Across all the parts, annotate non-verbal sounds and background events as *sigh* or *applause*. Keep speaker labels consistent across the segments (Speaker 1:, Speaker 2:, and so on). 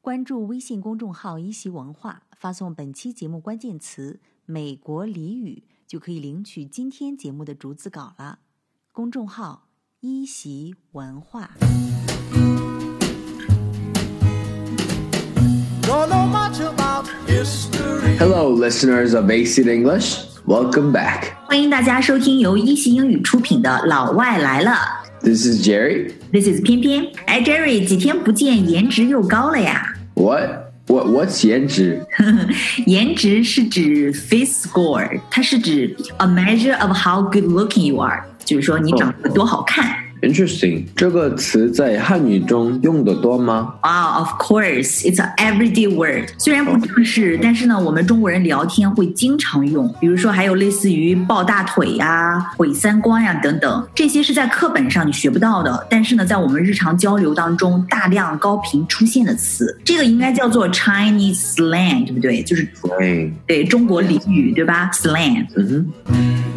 Speaker 1: 关注微信公众号“一席文化”，发送本期节目关键词“美国俚语”，就可以领取今天节目的逐字稿了。公众号“一席文化”。
Speaker 2: Don't know much about history.
Speaker 3: Hello, listeners of Acid English. Welcome back.
Speaker 1: 欢迎大家收听由一席英语出品的《老外来了》
Speaker 3: This is Jerry.
Speaker 1: ，This is 偏偏。哎，Jerry，几天不见，颜值又高了呀！
Speaker 3: What? What? What's 颜值?
Speaker 1: 颜值是指 face score，它是指 a measure of how good looking you are，就是说你长得多好看。
Speaker 3: Interesting. 这个词在汉语中用得多吗？
Speaker 1: 啊、o f course, it's an everyday word。虽然不正式，但是呢，我们中国人聊天会经常用，比如说还有类似于抱大腿呀、毁三观呀、等等，这些是在课本上你学不到的，但是呢，在我们日常交流当中大量高频出现的词，这个应该叫做 Chinese slang，对不对？就是对中国俚语，对吧？slang。
Speaker 3: 嗯哼。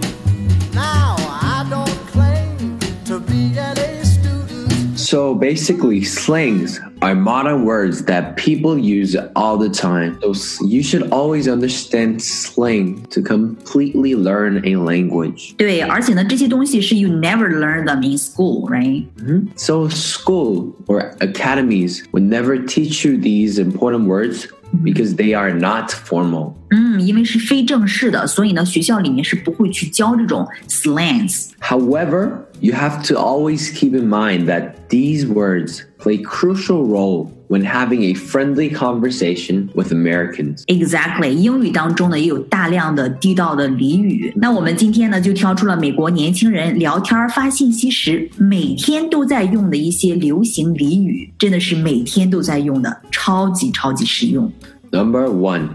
Speaker 2: Now I don't claim to be any student.
Speaker 3: So basically, slangs are modern words that people use all the time. So s- you should always understand slang to completely learn a language.
Speaker 1: 对，而且呢，这些东西是 you never learn them in school，right？
Speaker 3: Mhm. So school or academies would never teach you these important words because they are not formal.
Speaker 1: 嗯，因为是非正式的，所以呢，学校里面是不会去教这种 slangs。
Speaker 3: However, you have to always keep in mind that these words play crucial role when having a friendly conversation with Americans.
Speaker 1: Exactly，英语当中呢也有大量的地道的俚语。那我们今天呢就挑出了美国年轻人聊天儿发信息时每天都在用的一些流行俚语，真的是每天都在用的，超级超级实用。
Speaker 3: Number 1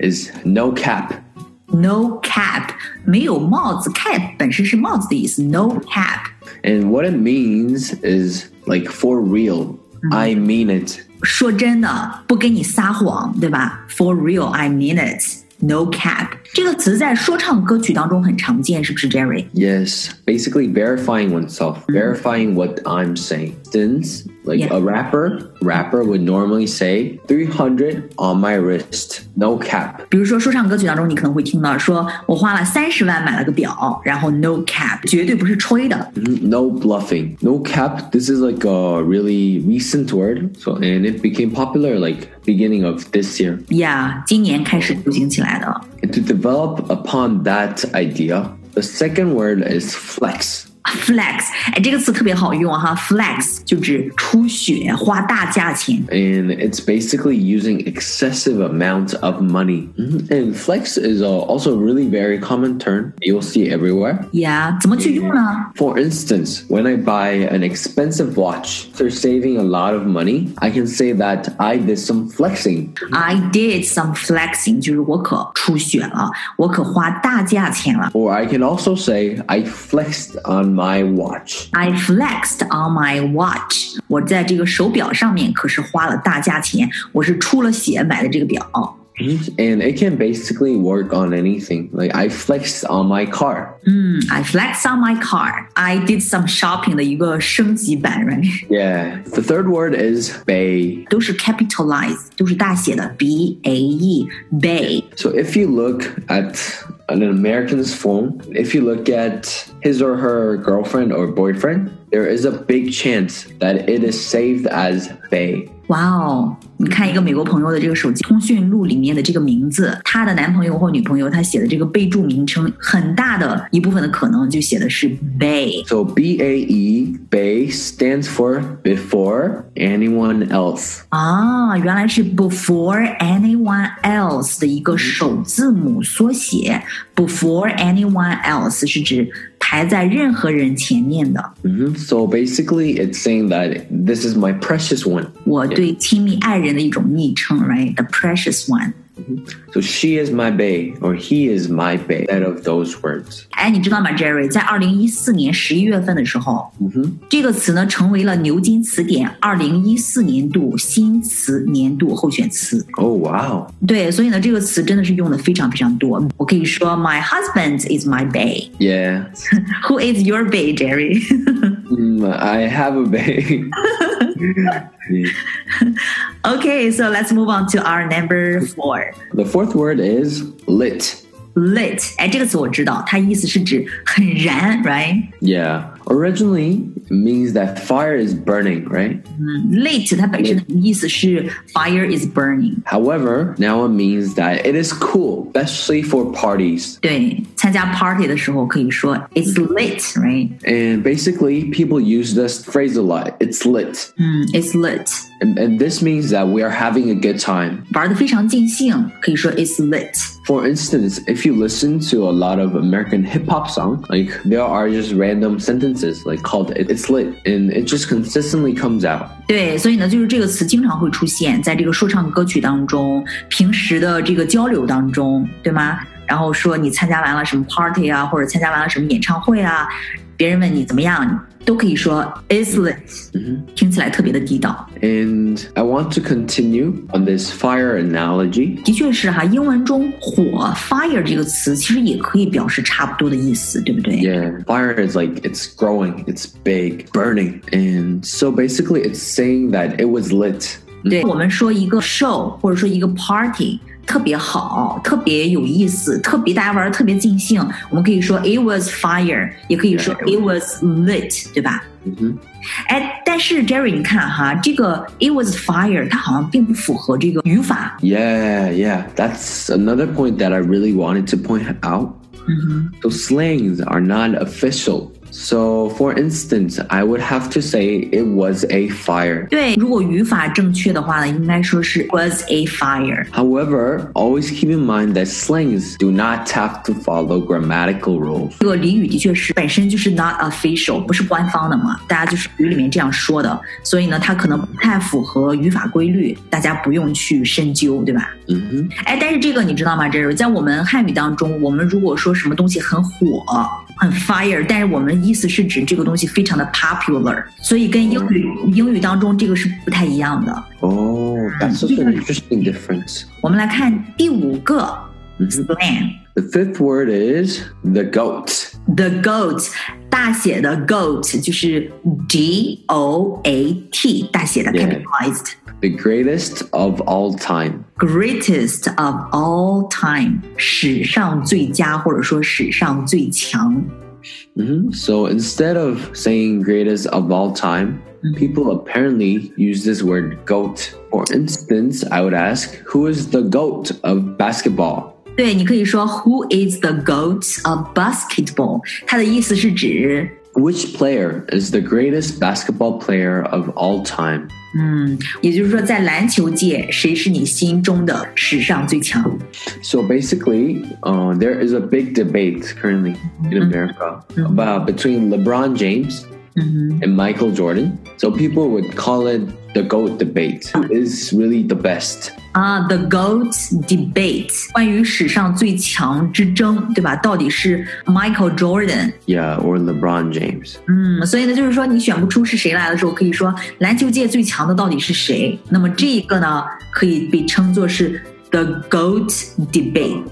Speaker 3: is no cap.
Speaker 1: No cap，没有帽子，cap 本身是帽子的意思，no cap。
Speaker 3: And what it means is like for real. I mean it.
Speaker 1: 说真的，不跟你撒谎，对吧？For real, I mean it. No cap 这个词在说唱歌曲当中很常见，是不是，Jerry？
Speaker 3: Yes, basically verifying oneself, verifying what I'm saying. Since, like
Speaker 1: Yeah.
Speaker 3: a rapper, rapper would normally say 300 on my wrist, no cap.
Speaker 1: 比如说说唱歌曲当中，你可能会听到说我花了三十万买了个表，然后 no cap，绝对不是吹的。
Speaker 3: Mhm, No bluffing, no cap. This is like a really recent word, so and it became popular like beginning of this year.
Speaker 1: 呀、今年开始流行起来的
Speaker 3: And to develop upon that idea, the second word is flex.
Speaker 1: flex，哎，这个词特别好用哈，flex 就指出血、花大价钱。
Speaker 3: and it's basically using excessive amounts of money. Mm-hmm. And flex is uh, also a really very common term you'll see everywhere.
Speaker 1: 呀、怎么去用呢？
Speaker 3: For instance, when I buy an expensive watch for saving a lot of money, I can say that I did some flexing.
Speaker 1: I did some flexing，就是我可出血了，我可花大价钱了。
Speaker 3: Or I can also say I flexed on my watch.
Speaker 1: I flexed on my watch，我在这个手表上面可是花了大价钱，我是出了血买的这个表。
Speaker 3: And it can basically work on anything. Like I flexed on my car.
Speaker 1: 嗯，I flexed on my car，I did some shopping 的一个升级版，right？
Speaker 3: Yeah. The third word is bay.
Speaker 1: 都是 capitalize，都是大写的 B A E Bay。
Speaker 3: So if you look at an American's phone, if you look at his or her girlfriend or boyfriend, there is a big chance that it is saved as they.
Speaker 1: 哇哦，你看一个美国朋友的这个手机通讯录里面的这个名字，她的男朋友或女朋友，他写的这个备注名称，很大的一部分的可能就写的是 Bay。
Speaker 3: So B A E bay stands for before anyone else.
Speaker 1: 啊，原来是 before anyone else 的一个首字母缩写。before anyone else 是指排在任何人前面的。
Speaker 3: Mhm. So basically, it's saying that this is my precious one.
Speaker 1: 我对亲密爱人的一种昵称，right？The precious one。
Speaker 3: So she is my bay or he is my bay. Out of those words.
Speaker 1: 哎，你知道吗，Jerry？在二零一四年十一月份的时候，
Speaker 3: Mhm.
Speaker 1: 这个词呢成为了牛津词典二零一四年度新词年度候选词。
Speaker 3: Oh wow.
Speaker 1: 对，所以呢，这个词真的是用的非常非常多。我可以说，My husband is my bae。
Speaker 3: Yeah.
Speaker 1: Who is your bae, Jerry？ *laughs*
Speaker 3: Mm, I have a bay.
Speaker 1: Okay, so let's move on to our number four.
Speaker 3: *laughs* The fourth word is lit.
Speaker 1: Lit，哎，这个词我知道，它意思是指很燃，right？
Speaker 3: Yeah. Originally it means that fire is burning, right?
Speaker 1: 嗯，lit 它本身的意思是 fire is burning。
Speaker 3: However, now it means that it is cool, especially for parties.
Speaker 1: 对，参加 party 的时候可以说 it's lit，right？
Speaker 3: And basically, people use this phrase a lot. It's lit.
Speaker 1: 嗯，it's lit，
Speaker 3: And, and this means that we are having a good time.
Speaker 1: 玩的非常尽兴，可以说 it's lit。
Speaker 3: For instance, if you listen to a lot of American hip hop songs, like there are just random sentences like called "It- it's lit and it just consistently comes out.
Speaker 1: 对，所以呢，就是这个词经常会出现在这个说唱歌曲当中，平时的这个交流当中，对吗？然后说你参加完了什么 party 啊，或者参加完了什么演唱会啊，别人问你怎么样，你都可以说 it's lit，听起来特别的地道。
Speaker 3: And I want to continue on this fire analogy.
Speaker 1: 的确是哈，英文中火 fire 这个词其实也可以表示差不多的意思，对不对
Speaker 3: Yeah, fire is like it's growing, it's big, burning. And so basically, it's saying that it was lit.
Speaker 1: 对，我们说一个 show 或者说一个 party 特别好，特别有意思，特别大家玩的特别尽兴，我们可以说 it was fire，也可以说
Speaker 3: Yeah,
Speaker 1: it was lit，对吧？
Speaker 3: Mhm.
Speaker 1: 哎，但是 Jerry，你看哈，这个 it was fire 它好像并不符合这个语法。
Speaker 3: Yeah, yeah. That's another point that I really wanted to point out.
Speaker 1: 嗯哼，
Speaker 3: So slangs are not official. So, for instance, I would have to say it was a fire.
Speaker 1: 对，如果语法正确的话呢，应该说是 was a fire。
Speaker 3: However, always keep in mind that slangs do not have to follow grammatical rules.
Speaker 1: 这个俚语的确是本身就是 not official，不是官方的嘛，大家就是语里面这样说的，所以呢，它可能不太符合语法规律，大家不用去深究，对吧？
Speaker 3: hmm
Speaker 1: 哎，但是这个你知道吗？这是在我们汉语当中，我们如果说什么东西很火、很 fire，但是我们意思是指这个东西非常的 popular，所以跟英语英语当中这个是不太一样的。
Speaker 3: Oh, that's such an interesting difference.
Speaker 1: 我们来看第五个 slang，the
Speaker 3: The fifth word is the goat.
Speaker 1: goat，大写的 goat 就是 G O A T 大写的
Speaker 3: Yeah.
Speaker 1: capitalized。
Speaker 3: The greatest of all time.
Speaker 1: Greatest of all time，史上最佳或者说史上最强。
Speaker 3: hmm So instead of saying greatest of all time, people apparently use this word goat. For instance, I would ask, who is the goat of basketball?
Speaker 1: 对，你可以说 Who is the goat of basketball？它的意思是指，
Speaker 3: Which player is the greatest basketball player of all time?
Speaker 1: 嗯，也就是说，在篮球界，谁是你心中的史上最强？
Speaker 3: So basically, uh, there is a big debate currently in America about between LeBron James
Speaker 1: 嗯哼，
Speaker 3: and Michael Jordan. So people would call it the GOAT debate. Who is really the best?
Speaker 1: 啊、t h e goat debate，关于史上最强之争，对吧？到底是 Michael Jordan？
Speaker 3: Yeah, or LeBron James.
Speaker 1: 嗯，所以呢，就是说你选不出是谁来的时候，可以说篮球界最强的到底是谁？那么这一个呢，可以被称作是 the goat debate。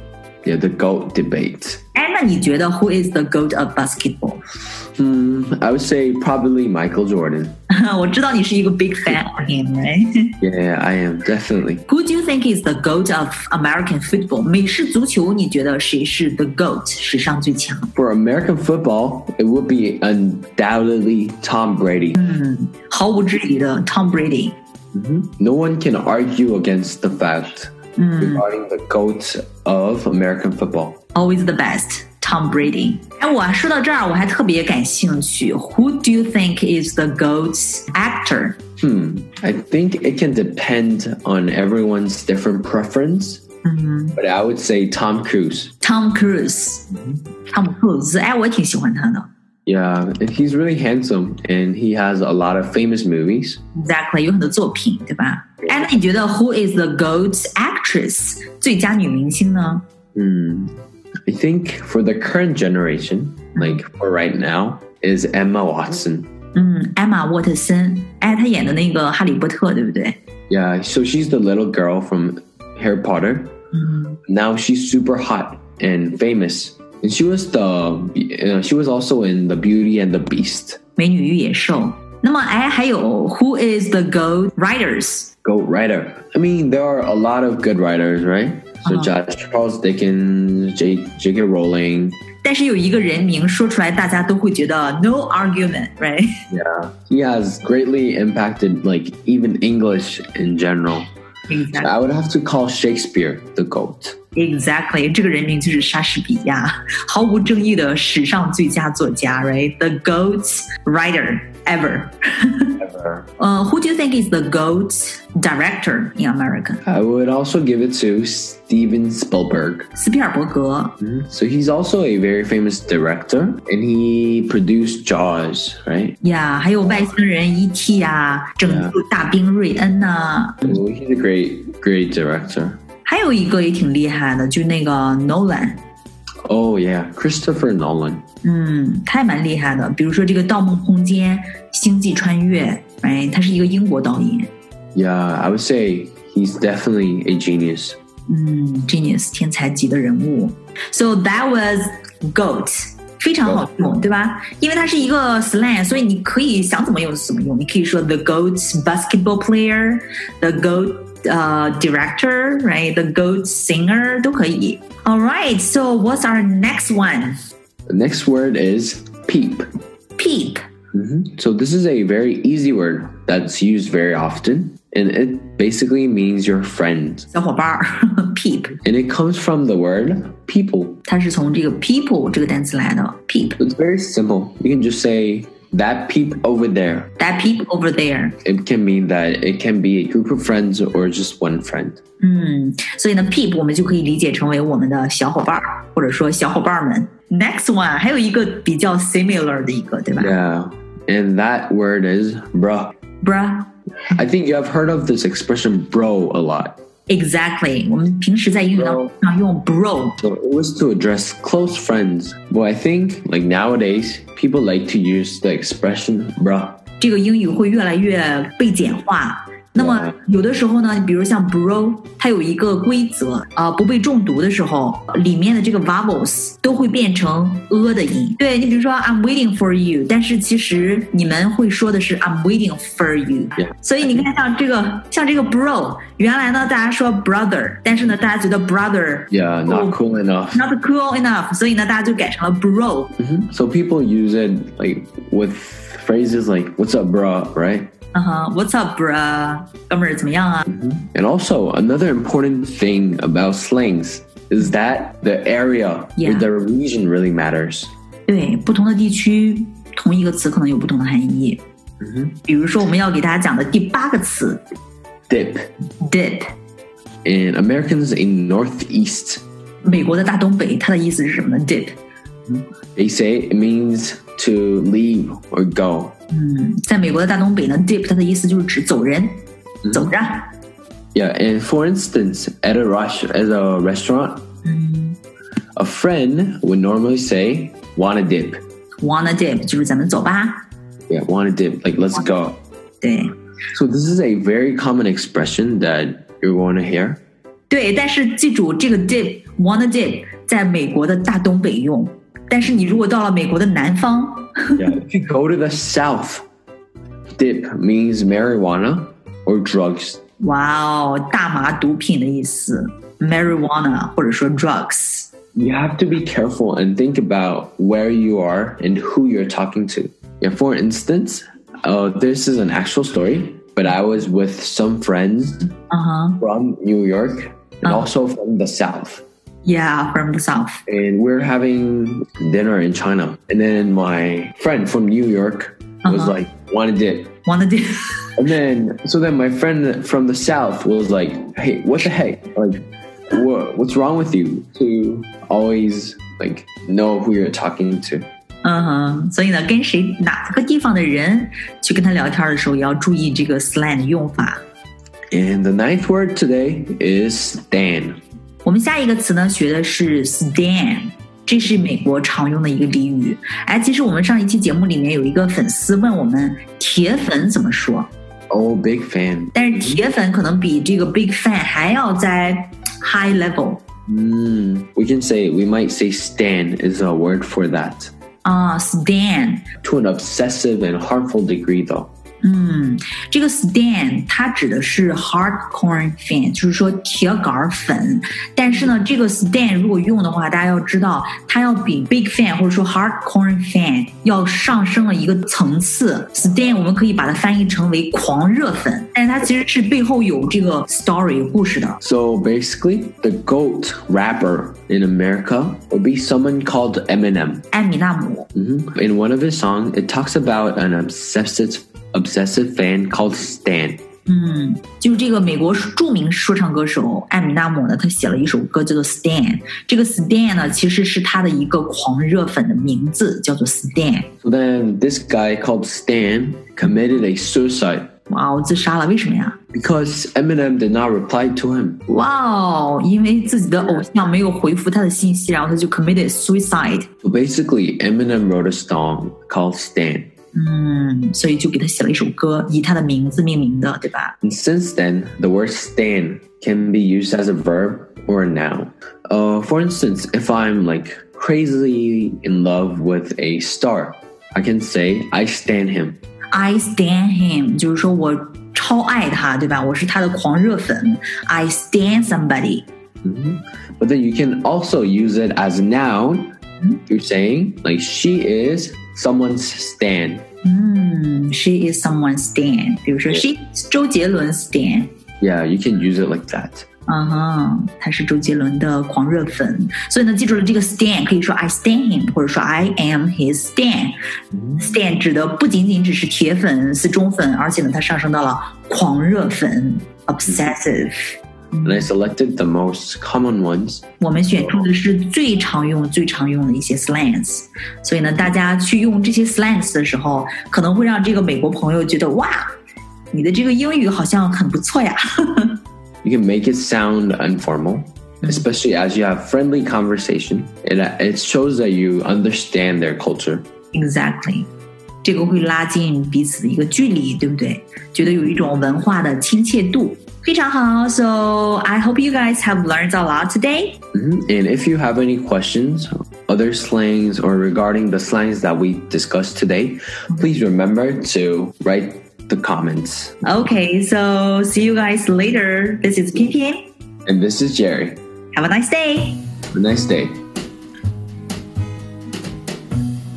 Speaker 3: Yeah, the GOAT debate.
Speaker 1: 哎，那你觉得 Who is the goat of basketball？ *laughs*
Speaker 3: Hmm, I would say probably Michael Jordan.
Speaker 1: 我知道你是一个 big fan of him, right?
Speaker 3: Yeah, I am definitely.
Speaker 1: Who do you think is the goat of American football？美式足球，你觉得谁是 the goat 史上最强？
Speaker 3: For American football, it would be undoubtedly Tom Brady.
Speaker 1: 毫无质疑的 Tom Brady。
Speaker 3: No one can argue against the fact regarding the GOAT of American football.
Speaker 1: Always the best, Tom Brady。哎，我说到这儿，我还特别感兴趣。Who do you think is the goat actor？
Speaker 3: Hmm. I think it can depend on everyone's different preference. But I would say Tom Cruise.
Speaker 1: Tom Cruise。汤姆克鲁斯，哎，我挺喜欢他的。
Speaker 3: Yeah, and he's really handsome and he has a lot of famous movies.
Speaker 1: Exactly，有很多作品，对吧？哎，那你觉得 Who is the goat actress 最佳女明星呢？
Speaker 3: Hmm. I think for the current generation, like for right now, is Emma Watson.
Speaker 1: 嗯，艾玛沃特森，哎，她演的那个《哈利波特》，对不对？
Speaker 3: Yeah, so she's the little girl from Harry Potter. Now she's super hot and famous. And she was the uh, she was also in The Beauty and the Beast.
Speaker 1: 美女与野兽，那么哎，还有 Who is the goat writers？
Speaker 3: Goat writer. I mean, there are a lot of good writers, right? So Josh Charles Dickens, J. J.K. Rowling.
Speaker 1: 但是有一个人名说出来，大家都会觉得 no *laughs* argument，right？
Speaker 3: Yeah, he has greatly impacted like even English in general. I would have to call Shakespeare the goat.
Speaker 1: Exactly，这个人名就是莎士比亚，毫无争议的史上最佳作家，right？The goat writer ever。
Speaker 3: Ever.
Speaker 1: *laughs* 呃、w h o do you think is the goat director in America？
Speaker 3: I would also give it to Steven Spielberg.
Speaker 1: 斯皮尔伯格
Speaker 3: So he's also a very famous director, and he produced Jaws, right?
Speaker 1: 呀还有外星人 E.T. 啊，拯救大兵瑞恩呐、
Speaker 3: So he's a great, great director.
Speaker 1: 还有一个也挺厉害的，就是那个 Nolan。
Speaker 3: Oh yeah, Christopher Nolan.
Speaker 1: 嗯，他也蛮厉害的。比如说这个《盗梦空间》《星际穿越》，哎，他是一个英国导演，
Speaker 3: Yeah, I would say he's definitely a genius.
Speaker 1: 嗯，genius 天才级的人物。So that was goat，非常好用，对吧？因为它是一个 slang，所以你可以想怎么用就怎么用。你可以说 the goat basketball player，the goat 呃、director，right，the goat singer 都可以。All right, so what's our next one?
Speaker 3: The next word is peep.
Speaker 1: Peep.
Speaker 3: So this is a very easy word that's used very often, and it basically means your friend.
Speaker 1: 小伙伴儿 *laughs* ，peep，
Speaker 3: And it comes from the word people.
Speaker 1: 它是从这个 people 这个单词来的。peep，that
Speaker 3: It's very simple. You can just say that peep over there.
Speaker 1: peep over there。
Speaker 3: It can mean that it can be a group of friends or just one friend.
Speaker 1: 嗯，所以呢，peep 我们就可以理解成为我们的小伙伴儿，或者说小伙伴们。Next one 还有一个比较 similar 的一个，对吧
Speaker 3: Yeah. And that word is bruh. I think you have heard of this expression bro a lot.
Speaker 1: ？Bra，exactly。我们平时在英语当中常用 bro，
Speaker 3: So it was to address close friends. But I think like nowadays people like to use the expression bruh.
Speaker 1: 这个英语会越来越被简化。那么
Speaker 3: Yeah.
Speaker 1: 有的时候呢，比如像 bro，它有一个规则啊、呃不被中毒的时候，里面的这个 vowels 都会变成 a 的音。对你比如说 I'm waiting for you，但是其实你们会说的是 I'm waiting for you。
Speaker 3: Yeah.
Speaker 1: 所以你看像这个像这个 bro，原来呢大家说 brother，但是呢大家觉得 brother
Speaker 3: Yeah, not cool enough.
Speaker 1: not cool enough，所以呢大家就改成了 bro。
Speaker 3: So people use it like with phrases like "What's up, bruh?" Right?
Speaker 1: 嗯哼、w h a t s up bro？哥们儿怎么样啊？
Speaker 3: And also another important thing about slangs is that the area
Speaker 1: Yeah.
Speaker 3: or the region really matters.
Speaker 1: 对，不同的地区，同一个词可能有不同的含义。比如说，我们要给大家讲的第八个词
Speaker 3: Dip
Speaker 1: “dip”，
Speaker 3: in Americans in Northeast,
Speaker 1: 美国的大东北，它的意思是什么呢？“dip”，
Speaker 3: they say it means to leave or go.
Speaker 1: 嗯，在美国的大东北呢，“dip” 它的意思就是指走人，走着。
Speaker 3: Yeah, and for instance, at a rush at a restaurant, a friend would normally say, "Wanna dip?"
Speaker 1: Wanna dip 就是咱们走吧。
Speaker 3: Yeah, wanna dip? Like let's go.
Speaker 1: 对
Speaker 3: So this is a very common expression that you're going to hear.
Speaker 1: 对，但是记住这个 “dip”，“wanna dip” 在美国的大东北用，但是你如果到了美国的南方，
Speaker 3: Yeah. if you go to the south, dip means marijuana or drugs.
Speaker 1: 哇哦，大麻毒品的意思，marijuana 或者说 drugs。
Speaker 3: You have to be careful and think about where you are and who you're talking to. Yeah, for instance, uh, this is an actual story, but I was with some friends
Speaker 1: 嗯哼
Speaker 3: from New York and also from the south.
Speaker 1: Yeah, from the south.
Speaker 3: and we are having dinner in China. And then my friend from New York was
Speaker 1: Uh-huh.
Speaker 3: like, wanted it.
Speaker 1: Wanna do? *laughs*
Speaker 3: And then, so then my friend from the South was like, hey, what the heck? Like, wha what's wrong with you to always like know who you're talking to?
Speaker 1: 嗯哼，所以呢，跟谁哪个地方的人去跟他聊天的时候，也要注意这个 slang 的用法。
Speaker 3: And the ninth word today is stan.
Speaker 1: 我们下一个词呢，学的是 stan，这是美国常用的一个俚语。哎，其实我们上一期节目里面有一个粉丝问我们铁粉怎么说，
Speaker 3: Oh, big fan.
Speaker 1: 但是铁粉可能比这个 big fan 还要在 high level。
Speaker 3: Mm, we can say, we might say stan is a word for that
Speaker 1: 啊、s t a n
Speaker 3: to an obsessive and harmful degree, though.
Speaker 1: 嗯，这个 stan 它指的是 hardcore fan，就是说铁杆粉。但是呢，这个 stan 如果用的话，大家要知道，它要比 big fan 或者说 hardcore fan 要上升了一个层次。stan 我们可以把它翻译成为狂热粉，但是它其实是背后有这个 story 故事的。
Speaker 3: So basically, the GOAT rapper in America would be someone called Eminem.
Speaker 1: 艾米纳姆，
Speaker 3: Mhm. In one of his songs, it talks about an obsessive obsessive fan called Stan.
Speaker 1: 嗯，就是这个美国著名说唱歌手艾米纳姆呢，他写了一首歌叫做《Stan》。这个 Stan 呢，其实是他的一个狂热粉的名字，叫做 Stan。
Speaker 3: So then this guy called Stan committed a suicide
Speaker 1: 哇哦，自杀了？为什么呀？
Speaker 3: because Eminem did not reply to him.
Speaker 1: 哇哦，因为自己的偶像没有回复他的信息，然后他就 committed suicide。
Speaker 3: So basically, Eminem wrote a song called Stan.
Speaker 1: 嗯，所以就给他写了一首歌，以他的名字命名的，对吧？
Speaker 3: And since then, the word stan can be used as a verb or a noun. Uh, for instance, if I'm like crazily in love with a star, I can say I stan him.
Speaker 1: I stand him，就是说我超爱他，对吧？我是他的狂热粉。I stand somebody。
Speaker 3: Mm-hmm. But then you can also use it as a noun. You're saying like she is someone's stan.
Speaker 1: 嗯，She is someone's stand。比如说，She is 周杰伦 stand。
Speaker 3: Yeah, you can use it like that.
Speaker 1: 嗯哼，他是周杰伦的狂热粉，所以呢，记住了这个 stand，可以说 I stand him，或者说 I am his stand。stand 指的不仅仅只是铁粉、死忠粉，而且呢，它上升到了狂热粉 obsessive。
Speaker 3: And I selected the most common ones.
Speaker 1: 我们选出的是最常用、最常用的一些 slangs，所以呢，大家去用这些 slangs 的时候，可能会让这个美国朋友觉得哇，你的这个英语好像很不错呀。
Speaker 3: You can make it sound informal, especially as you have friendly conversation. It, it shows that you understand their culture.
Speaker 1: Exactly，这个会拉近彼此的一个距离，对不对？觉得有一种文化的亲切度，非常好。So I hope you guys have learned a lot today.
Speaker 3: Mhm. And if you have any questions, other slangs, or regarding the slangs that we discussed today, please remember to write the comments.
Speaker 1: Okay, so see you guys later. This is Pian Pian.
Speaker 3: And this is Jerry.
Speaker 1: Have a nice day.
Speaker 3: Have a nice day.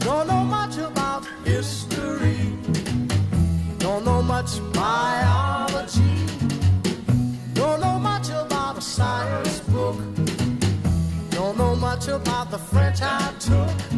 Speaker 2: Don't know much about history. Don't know much biology. Don't know much about a science book. Don't know much about the French I took.